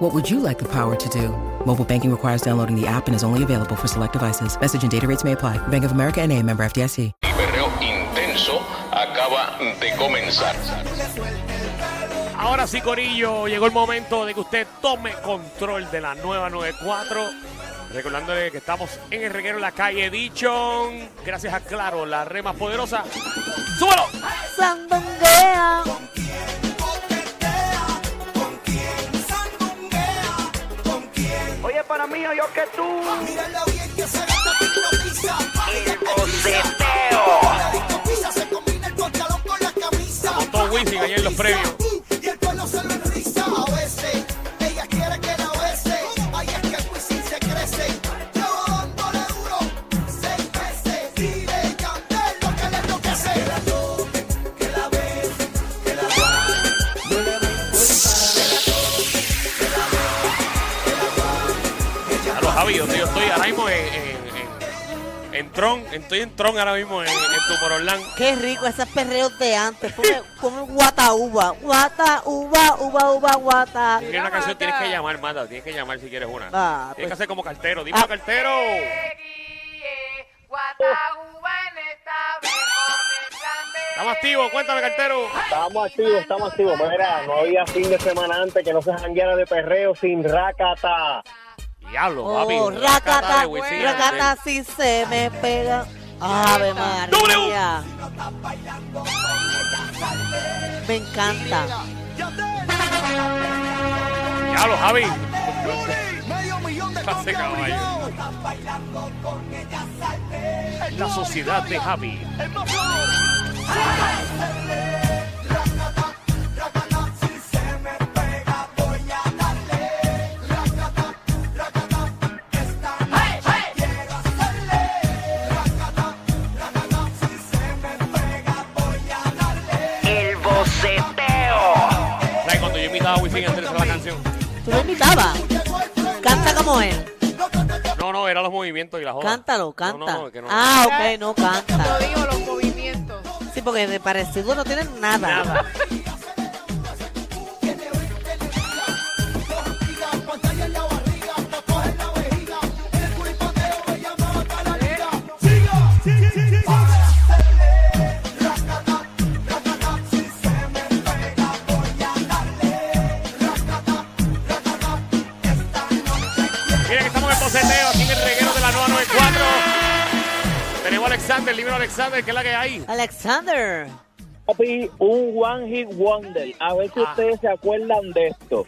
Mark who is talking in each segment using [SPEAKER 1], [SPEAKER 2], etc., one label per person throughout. [SPEAKER 1] What would you like the power to do? Mobile banking requires downloading the app and is only available for select devices. Message and data rates may apply. Bank of America and a member FDIC.
[SPEAKER 2] El berreo intenso acaba de comenzar.
[SPEAKER 3] Ahora sí, Corillo, llegó el momento de que usted tome control de la nueva 94. Recordándole que estamos en el reguero en la calle Dichon. Gracias a Claro, la red más poderosa. ¡Súbelo!
[SPEAKER 4] Sandunguea.
[SPEAKER 5] Oye, para mí, yo que tú.
[SPEAKER 3] Todo wifi ayer en los premios.
[SPEAKER 6] Y el pueblo se lo enriza a veces. Ella quiere que la bese. Ahí es que el Wisin se crece. Yo dándole duro seis veces. Y de Yandel lo que le enloquece. Que la toque, que la bese, que la guarde. No le den
[SPEAKER 3] A los Javi, donde yo estoy ahora mismo en, en- en- en Tron. Estoy en Tron ahora mismo en, en Tomorrowland.
[SPEAKER 4] Qué rico esos perreos de antes. Ponme, ponme guata uva. Guata uva, uva, uva, guata.
[SPEAKER 3] Tienes una canción, tienes que llamar, Mata. Tienes que llamar si quieres una.
[SPEAKER 4] Ah,
[SPEAKER 3] tienes
[SPEAKER 4] pues.
[SPEAKER 3] que hacer como cartero. Dime cartero. Estamos activos, cuéntame, cartero.
[SPEAKER 5] Estamos activos, estamos activos. Mira, no había fin de semana antes que no se jangueara de perreo sin racata.
[SPEAKER 3] Diablo, papi.
[SPEAKER 4] Oh,
[SPEAKER 3] Racata
[SPEAKER 4] racata,
[SPEAKER 3] de Wisin,
[SPEAKER 4] racata, si se me pega. Ave María. Me encanta.
[SPEAKER 3] Diablo, Javi.
[SPEAKER 6] Medio millón de
[SPEAKER 3] Pase, caballo.
[SPEAKER 6] condenados. Estás bailando con ella, salte. El
[SPEAKER 3] La
[SPEAKER 6] nuevo
[SPEAKER 3] sociedad de
[SPEAKER 6] Victoria.
[SPEAKER 3] Javi.
[SPEAKER 6] El más flow. Salte. Racata, racata, si se me pega, voy a darle. Racata, racata, esta noche quiero hacerle. Racata, racata, si se me pega, voy a darle.
[SPEAKER 3] ¿Sabes cuando yo imitaba a Wisin antes de la canción?
[SPEAKER 4] ¿Tú lo imitabas? Canta como él.
[SPEAKER 3] No, no, eran los movimientos y la joda.
[SPEAKER 4] Cántalo, canta.
[SPEAKER 3] No, no, no, que no.
[SPEAKER 4] Ah, ok, no canta.
[SPEAKER 7] digo, los movimientos.
[SPEAKER 4] Sí, porque de parecido no tienen nada.
[SPEAKER 3] Nada. Miren que estamos en poseteo aquí en el reguero de la 994. Tenemos a Alexander, libro Alexander, que es la que hay.
[SPEAKER 4] Alexander.
[SPEAKER 5] Papi, un One Hit Wonder. A ver si
[SPEAKER 3] Ah.
[SPEAKER 5] ustedes se acuerdan de esto.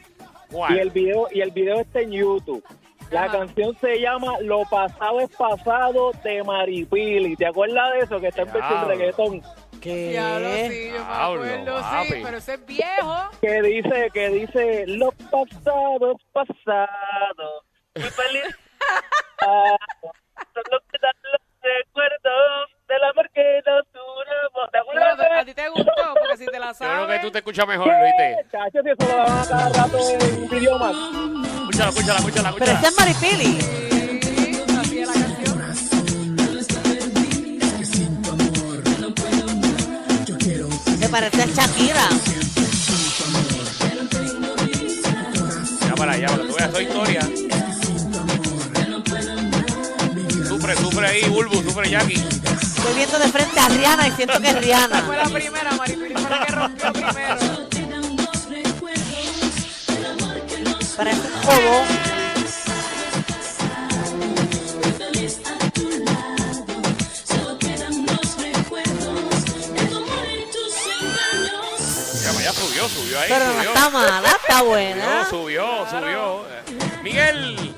[SPEAKER 3] ¿Cuál?
[SPEAKER 5] Y el video, y el video está en YouTube. La canción se llama Lo pasado es pasado de Maripili. ¿Te acuerdas de eso? Que está en versión
[SPEAKER 3] Diablo.
[SPEAKER 5] reggaetón.
[SPEAKER 4] ¿Qué?
[SPEAKER 7] Ya lo sí, yo me
[SPEAKER 3] Diablo,
[SPEAKER 7] acuerdo, sí,
[SPEAKER 3] papi.
[SPEAKER 7] pero ese es viejo.
[SPEAKER 5] que dice que dice lo pasado es pasado muy feliz son los que dan los recuerdos del amor que nos unimos ¿te
[SPEAKER 7] Pero
[SPEAKER 5] acuerdas
[SPEAKER 7] a
[SPEAKER 5] de Eh,
[SPEAKER 7] ti te gustó, porque si te la
[SPEAKER 3] Yo creo
[SPEAKER 7] sabes.
[SPEAKER 3] que tú te escuchas mejor, ¿viste?
[SPEAKER 5] Chacho, si eso lo daban a cada rato en un idioma
[SPEAKER 3] Escúchala, escúchala, escúchala,
[SPEAKER 4] Pero
[SPEAKER 3] escúchala.
[SPEAKER 4] este es Maripili.
[SPEAKER 7] Sí, sabía la canción.
[SPEAKER 4] Se parece a Shakira. este
[SPEAKER 3] Ya para allá, para tú veas toda historia. Sufre, sufre ahí, Bulbu, sufre Jackie.
[SPEAKER 4] Estoy viendo de frente a Rihanna y siento que es
[SPEAKER 7] Fue
[SPEAKER 4] Rihanna.
[SPEAKER 7] la primera, Maripili, fue la que rompió primero.
[SPEAKER 4] Parece un colón.
[SPEAKER 3] Ya para allá subió, subió ahí.
[SPEAKER 4] Pero no
[SPEAKER 3] subió.
[SPEAKER 4] está mala, está
[SPEAKER 3] No,
[SPEAKER 4] buena.
[SPEAKER 3] subió, subió. Miguel.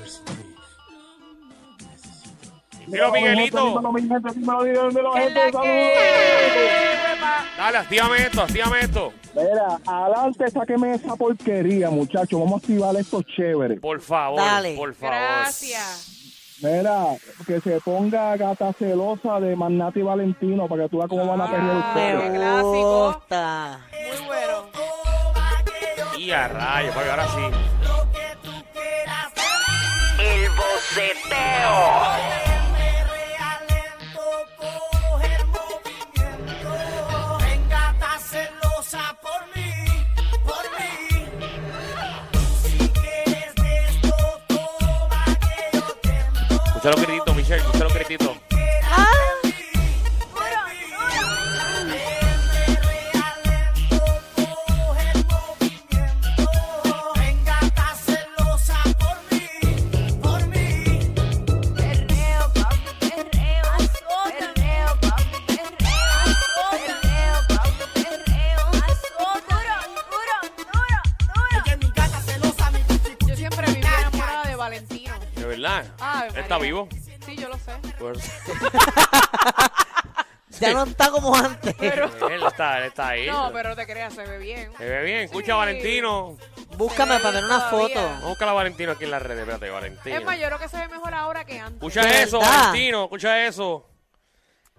[SPEAKER 3] Mira, Miguelito.
[SPEAKER 7] Es la que...
[SPEAKER 3] Dale, actívame esto, actívame esto.
[SPEAKER 8] Mira, adelante, sáqueme esa porquería, muchachos. Vamos a activar estos chéveres.
[SPEAKER 3] Por favor,
[SPEAKER 4] Dale.
[SPEAKER 3] por favor.
[SPEAKER 7] Gracias.
[SPEAKER 8] Mira, que se ponga gata celosa de Magnati Valentino para que tú veas cómo van a perder
[SPEAKER 7] Ah,
[SPEAKER 8] ustedes.
[SPEAKER 7] qué
[SPEAKER 4] Me
[SPEAKER 7] clásico.
[SPEAKER 4] gusta.
[SPEAKER 7] Muy bueno.
[SPEAKER 3] Y a rayos, papi, ahora sí.
[SPEAKER 9] El boceteo.
[SPEAKER 3] Escucha los grititos, Michelle, escucha los grititos.
[SPEAKER 7] Yo siempre viví enamorada de Valentino.
[SPEAKER 3] De verdad.
[SPEAKER 7] Ah,
[SPEAKER 3] Él está vivo.
[SPEAKER 7] Sí, yo lo sé.
[SPEAKER 3] Pues,
[SPEAKER 4] Ya no está como antes.
[SPEAKER 7] Pero,
[SPEAKER 3] él está, él está ahí.
[SPEAKER 7] no, pero te creas, se ve bien.
[SPEAKER 3] Se ve bien, escucha a Valentino.
[SPEAKER 4] Búscame para ver una
[SPEAKER 7] Todavía.
[SPEAKER 4] foto.
[SPEAKER 3] Vamos a buscar a Valentino aquí en las redes, espérate, Valentino.
[SPEAKER 7] Es más, yo creo que se ve mejor ahora que antes.
[SPEAKER 3] Escucha eso,
[SPEAKER 4] ¿Verdad?
[SPEAKER 3] Valentino, escucha eso.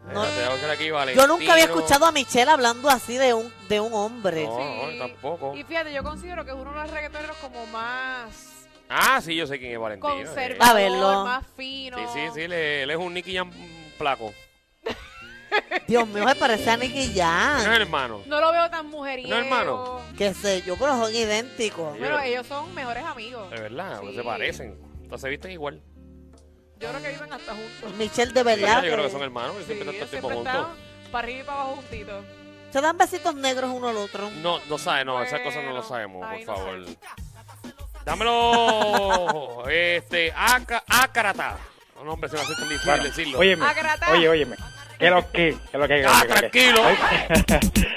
[SPEAKER 3] Espérate, vamos a buscar aquí,
[SPEAKER 4] Yo nunca había
[SPEAKER 3] Valentino.
[SPEAKER 4] escuchado a Michelle hablando así de un, de un hombre.
[SPEAKER 3] No, no, yo tampoco.
[SPEAKER 7] Y fíjate, yo considero que es uno de los reggaetoneros como más
[SPEAKER 3] Ah, sí, yo sé quién es Valentino. sí.
[SPEAKER 4] Va a
[SPEAKER 7] conservador,
[SPEAKER 4] verlo.
[SPEAKER 7] más fino.
[SPEAKER 3] Sí, sí, sí, le- él es un Nicky Jam placo.
[SPEAKER 4] Dios mío, me parece a Nicky
[SPEAKER 7] Ah.
[SPEAKER 3] No es
[SPEAKER 4] Jam.
[SPEAKER 3] el hermano.
[SPEAKER 7] No lo veo tan mujeriego.
[SPEAKER 3] No, hermano.
[SPEAKER 4] Qué sé yo, pero son idénticos.
[SPEAKER 7] Bueno, ellos son mejores amigos.
[SPEAKER 3] De verdad, pues
[SPEAKER 7] Sí.
[SPEAKER 3] se parecen. Entonces se visten igual.
[SPEAKER 7] Yo creo que viven hasta juntos.
[SPEAKER 4] Michelle, de
[SPEAKER 3] Sí,
[SPEAKER 4] verdad.
[SPEAKER 3] yo creo que son hermanos, y
[SPEAKER 7] Sí,
[SPEAKER 3] siempre están
[SPEAKER 7] ellos
[SPEAKER 3] todo el tiempo
[SPEAKER 7] siempre
[SPEAKER 3] juntos.
[SPEAKER 7] están para arriba y para abajo juntitos.
[SPEAKER 4] Se dan besitos negros uno al otro.
[SPEAKER 3] No, no sabe, no, esas cosas no lo
[SPEAKER 7] Bueno,
[SPEAKER 3] sabemos, por
[SPEAKER 7] ahí no
[SPEAKER 3] favor. Dámelo, este, Aca- Acarata. No, no, hombre, se me hace tan difícil
[SPEAKER 10] Bueno,
[SPEAKER 3] decirlo.
[SPEAKER 10] óyeme,
[SPEAKER 7] Agrata.
[SPEAKER 10] oye, óyeme. Que lo que, que lo que, que lo
[SPEAKER 3] Ah,
[SPEAKER 10] que, que-
[SPEAKER 3] tranquilo.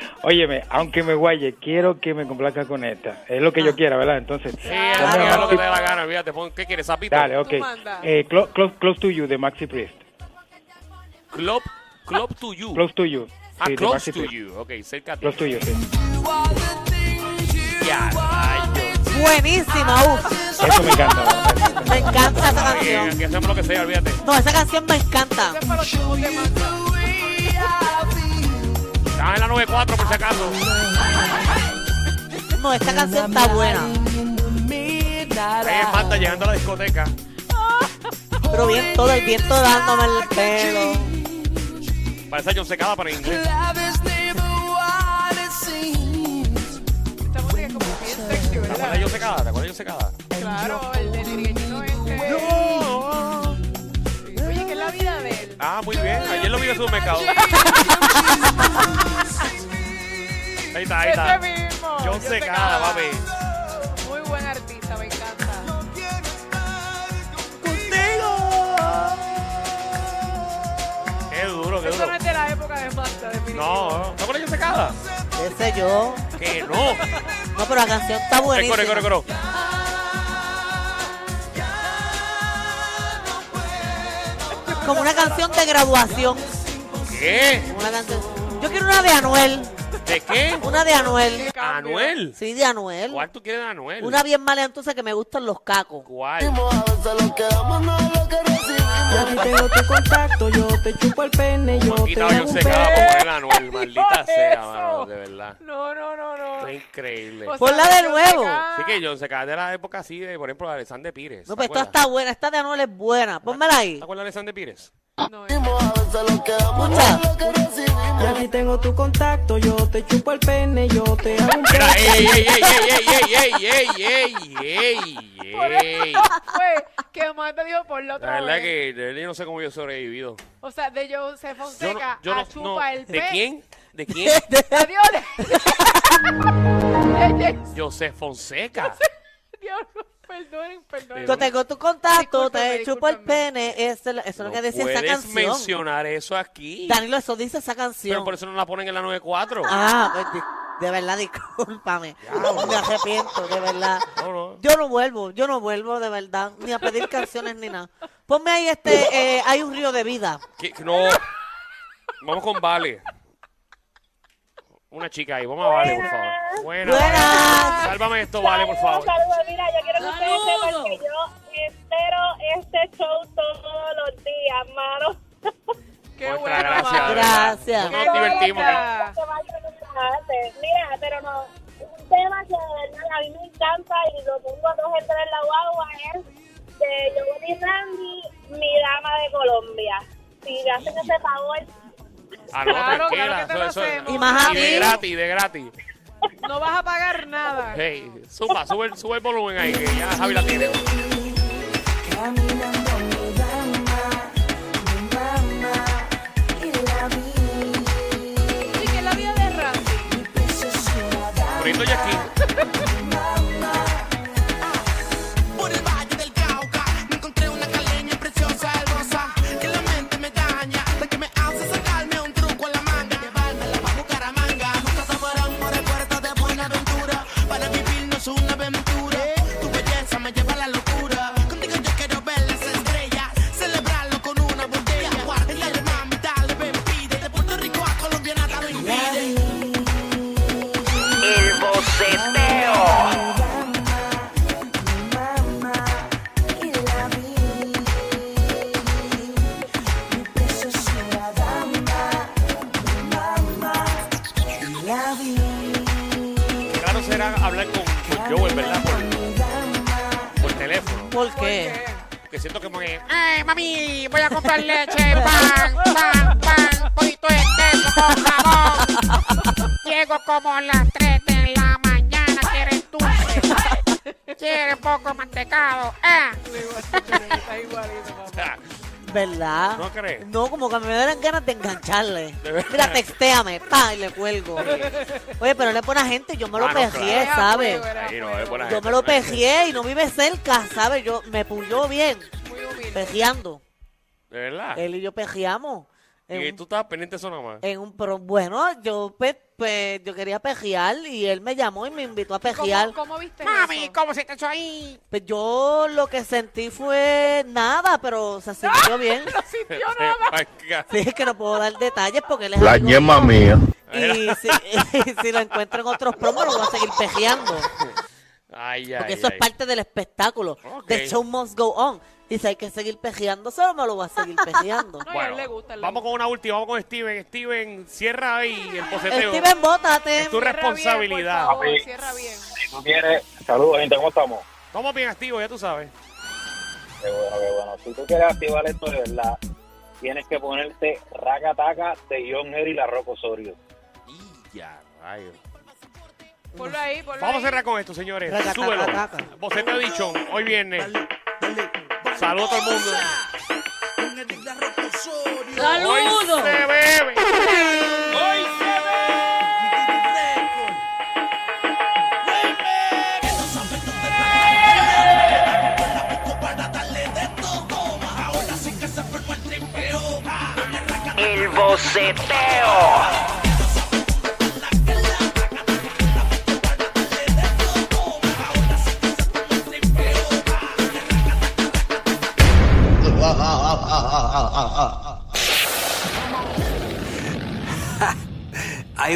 [SPEAKER 10] óyeme, aunque me guaye, quiero que me complazca con esta. Es lo que yo quiera, ¿verdad? Entonces,
[SPEAKER 3] Sí, es
[SPEAKER 4] Claro.
[SPEAKER 3] lo que te dé la gana, olvídate. pon- ¿Qué quieres, sapito?
[SPEAKER 10] dale, ok.
[SPEAKER 7] mandas.
[SPEAKER 10] Eh, close, close, close to you de Maxi Priest.
[SPEAKER 3] Club, club to you.
[SPEAKER 10] Close to you.
[SPEAKER 3] ah,
[SPEAKER 10] sí, de
[SPEAKER 3] close
[SPEAKER 10] Maxi
[SPEAKER 3] to
[SPEAKER 10] Priest.
[SPEAKER 3] you. Ok, cerca a ti.
[SPEAKER 10] Close to you, sí.
[SPEAKER 3] Ya, rayos.
[SPEAKER 4] Buenísima, uff.
[SPEAKER 10] Eso me encanta. ¿verdad?
[SPEAKER 4] Me encanta esa
[SPEAKER 3] Está bien,
[SPEAKER 4] canción.
[SPEAKER 3] aquí hacemos lo que sea, olvídate.
[SPEAKER 4] No, esa canción me encanta.
[SPEAKER 7] Eso es para los tipos de manga.
[SPEAKER 3] Estás en la 94 por si acaso.
[SPEAKER 4] No, esta canción está buena.
[SPEAKER 3] Ahí es Marta llegando a la discoteca.
[SPEAKER 4] Pero bien todo, el viento dándome el pelo.
[SPEAKER 3] Parece John Secada para inglés.
[SPEAKER 7] Esta música es como bien
[SPEAKER 3] ¿Te acuerdas
[SPEAKER 7] sexy,
[SPEAKER 3] de
[SPEAKER 7] ¿verdad?
[SPEAKER 3] John Secada? ¿Te acuerdas de John Secada?
[SPEAKER 7] Claro, el de trigueñito este. Oye, que es la vida de él.
[SPEAKER 3] Ah, muy bien. Ayer lo vi en su mercado. Ahí está, ahí está.
[SPEAKER 7] Ese mismo.
[SPEAKER 3] John Secada, papi.
[SPEAKER 7] Muy buen artista, me encanta.
[SPEAKER 3] Qué duro, qué
[SPEAKER 7] Eso no
[SPEAKER 3] duro.
[SPEAKER 7] es de la época de Manta, definitivamente.
[SPEAKER 3] No, ¿no con John Secada?
[SPEAKER 4] ¿Qué sé yo?
[SPEAKER 3] Que no. Eh,
[SPEAKER 4] No, pero la canción está
[SPEAKER 3] El coro, el
[SPEAKER 4] buenísima.
[SPEAKER 3] coro, el coro.
[SPEAKER 4] Como una canción de graduación.
[SPEAKER 3] ¿Qué?
[SPEAKER 4] Como una canción. Yo quiero una de Anuel.
[SPEAKER 3] ¿De qué?
[SPEAKER 4] Una de Anuel.
[SPEAKER 3] ¿Anuel?
[SPEAKER 4] Sí, de Anuel.
[SPEAKER 3] ¿Cuál tú quieres de Anuel?
[SPEAKER 4] Una bien mala entonces que me gustan los cacos.
[SPEAKER 3] ¿Cuál? Me han quitado John Secada por poner a Anuel. Maldita
[SPEAKER 7] Dijo
[SPEAKER 3] sea,
[SPEAKER 7] eso.
[SPEAKER 3] mano, de verdad.
[SPEAKER 7] No, no, no, no.
[SPEAKER 3] Fue increíble.
[SPEAKER 7] O sea,
[SPEAKER 4] Ponla de
[SPEAKER 7] yo ah,
[SPEAKER 4] nuevo.
[SPEAKER 7] acá-
[SPEAKER 3] Así que John se cae de la época así de, por ejemplo, Alexander Pires.
[SPEAKER 4] No,
[SPEAKER 3] ¿te
[SPEAKER 4] pero esta
[SPEAKER 3] acuerdas?
[SPEAKER 4] está buena. Esta de Anuel es buena. Pónmela ahí.
[SPEAKER 3] ¿Te acuerdas de Alexander Pires?
[SPEAKER 7] No, es-
[SPEAKER 4] Escucha.
[SPEAKER 3] Mira, ey, ey, ey, ey, ey, ey, ey, ey, ey, ey, ey.
[SPEAKER 7] Fue que Manta dijo por la
[SPEAKER 3] La
[SPEAKER 7] otra
[SPEAKER 3] verdad
[SPEAKER 7] vez.
[SPEAKER 3] que yo no sé cómo yo he sobrevivido.
[SPEAKER 7] O sea, de Jose
[SPEAKER 3] Yo no,
[SPEAKER 7] Fonseca
[SPEAKER 3] yo no-
[SPEAKER 7] a Chupa
[SPEAKER 3] no.
[SPEAKER 7] el
[SPEAKER 3] ¿De
[SPEAKER 7] Pe.
[SPEAKER 3] quién? ¿De quién?
[SPEAKER 7] Adiós. De- de-
[SPEAKER 3] José Fonseca.
[SPEAKER 7] Dios, perdonen, perdonen.
[SPEAKER 4] Yo tengo tu contacto, te
[SPEAKER 7] Discúlpame,
[SPEAKER 4] chupo el
[SPEAKER 7] discúlpame.
[SPEAKER 4] pene. Eso, es lo- eso es lo que
[SPEAKER 3] No
[SPEAKER 4] decía esa
[SPEAKER 3] puedes
[SPEAKER 4] canción.
[SPEAKER 3] mencionar eso aquí.
[SPEAKER 4] Danilo, eso dice esa
[SPEAKER 3] Pero
[SPEAKER 4] canción.
[SPEAKER 3] por eso no la ponen en la 94.
[SPEAKER 4] Ah, pues, di- de verdad, discúlpame. Me arrepiento, de verdad.
[SPEAKER 3] No, no.
[SPEAKER 4] Yo no vuelvo, yo no vuelvo, de verdad, ni a pedir canciones ni nada. Ponme ahí este, eh, hay un río de vida.
[SPEAKER 3] ¿Qué? No. Vamos con Vale. Una chica ahí. Vamos a Vale, por favor. Buena.
[SPEAKER 4] Buenas.
[SPEAKER 3] Sálvame esto, Vale, por favor.
[SPEAKER 11] Saludos, mira, yo quiero que ustedes sepan que yo este, espero este show todos los días, mano.
[SPEAKER 7] Qué
[SPEAKER 3] Muchas
[SPEAKER 7] bueno,
[SPEAKER 3] gracias,
[SPEAKER 7] mano.
[SPEAKER 3] de verdad. Nos
[SPEAKER 11] Qué
[SPEAKER 3] divertimos,
[SPEAKER 11] bonita. Te va a ayudar. Mira, pero no. Un tema que de verdad a mí me encanta y lo tengo a dos gente en la guagua es de Giovanni Randy, mi dama de Colombia. Si le hacen ese favor,
[SPEAKER 3] Ah, no,
[SPEAKER 7] Claro,
[SPEAKER 3] tranquila.
[SPEAKER 7] claro que te
[SPEAKER 3] eso,
[SPEAKER 7] lo
[SPEAKER 3] eso-
[SPEAKER 7] hacemos.
[SPEAKER 3] y
[SPEAKER 7] Y más a
[SPEAKER 3] de
[SPEAKER 7] ti.
[SPEAKER 3] gratis, de gratis.
[SPEAKER 7] No vas a pagar nada.
[SPEAKER 3] Hey, suma, sube, el- sube el volumen ahí, que ya Javi la tiene.
[SPEAKER 7] Sí, que es la vida de Randy.
[SPEAKER 3] Bonito ya aquí.
[SPEAKER 6] Por el valle del Cauca me encontré una caleña preciosa, hermosa, que la mente me daña, la que me hace sacarme un truco en la manga, llevarme la pa' Bucaramanga. Un catamarán por el puerto de Buenaventura, para vivir no es una aventura, tu belleza me lleva a la locura. Contigo yo quiero ver las estrellas, celebrarlo con una botella. Es la hermanita, le pide, de Puerto Rico a Colombia nada me impide.
[SPEAKER 9] El boceteo.
[SPEAKER 3] Claro será hablar con, con Joel, ¿verdad? Por, por teléfono.
[SPEAKER 4] ¿Por qué?
[SPEAKER 3] Que siento que me...
[SPEAKER 12] Ay, mami, voy a comprar leche, pan, pan, pan, poquito de queso con jamón. Llego como a las 3 de la mañana, ¿quieres dulce? ¿Quieres poco mantecado? Eh.
[SPEAKER 7] Está igualito, papá.
[SPEAKER 4] ¿Verdad?
[SPEAKER 3] ¿No crees?
[SPEAKER 4] No, como que me dan ganas de engancharle.
[SPEAKER 3] De verdad.
[SPEAKER 4] Mira, textéame, pa, y le cuelgo. Oye, pero él es buena gente, yo me lo
[SPEAKER 3] Ah, no,
[SPEAKER 4] pegié,
[SPEAKER 3] claro.
[SPEAKER 4] ¿sabes?
[SPEAKER 3] Ahí no, es buena
[SPEAKER 4] Yo
[SPEAKER 3] gente,
[SPEAKER 4] me lo
[SPEAKER 3] buena gente.
[SPEAKER 4] pegié y no vive cerca, ¿sabes? Yo me puyó bien,
[SPEAKER 7] Muy humilde.
[SPEAKER 4] pejeando.
[SPEAKER 3] De verdad.
[SPEAKER 4] Él y yo pejeamos. En
[SPEAKER 3] Ah. Y
[SPEAKER 4] un-
[SPEAKER 3] tú estabas pendiente de eso nada más.
[SPEAKER 4] en un pro- bueno, yo pe- pe- yo quería pejear y él me llamó y me invitó a pejear.
[SPEAKER 7] ¿Cómo, cómo viste
[SPEAKER 12] Mami,
[SPEAKER 7] eso?
[SPEAKER 12] ¿cómo se te echó ahí?
[SPEAKER 4] Pues yo lo que sentí fue nada, pero se sintió bien.
[SPEAKER 7] No sintió nada.
[SPEAKER 4] Sí, es que no puedo dar detalles porque él es
[SPEAKER 13] La
[SPEAKER 4] amigo
[SPEAKER 13] ñema
[SPEAKER 4] mío.
[SPEAKER 13] mía.
[SPEAKER 4] Y si, y si lo encuentro en otros promos, lo voy a seguir pejeando.
[SPEAKER 3] Ay, ay,
[SPEAKER 4] Porque eso
[SPEAKER 3] ay.
[SPEAKER 4] es parte del espectáculo.
[SPEAKER 3] Ok.
[SPEAKER 4] The show must go on. Y si hay que seguir pejeando, solo me lo voy a seguir pejeando.
[SPEAKER 7] No, y a él
[SPEAKER 3] Bueno,
[SPEAKER 7] le gusta. a él le
[SPEAKER 3] vamos con una última, vamos con Steven. Steven, cierra ahí el boceteo.
[SPEAKER 4] Steven, bótate.
[SPEAKER 3] es tu
[SPEAKER 7] Cierra bien,
[SPEAKER 3] responsabilidad.
[SPEAKER 7] por favor,
[SPEAKER 5] Papi.
[SPEAKER 7] cierra bien.
[SPEAKER 5] Si tú quieres, saludos, gente, ¿cómo estamos?
[SPEAKER 3] Estamos bien activos, ya tú sabes.
[SPEAKER 5] Qué bueno, qué bueno. Si tú quieres activar esto de verdad, tienes que ponerte Raga Taca de John Henry y la Roca Osorio.
[SPEAKER 3] Y ya, rayos.
[SPEAKER 7] Ponlo ahí, ponlo
[SPEAKER 3] Vamos a
[SPEAKER 7] ahí.
[SPEAKER 3] cerrar con esto, señores.
[SPEAKER 4] Raca, taca,
[SPEAKER 3] Súbelo.
[SPEAKER 4] taca.
[SPEAKER 3] Boceteo dicho, hoy viene. Saludos a todo el mundo.
[SPEAKER 4] ¡Saludos!
[SPEAKER 3] Se bebe.
[SPEAKER 9] El boceteo.
[SPEAKER 14] Hay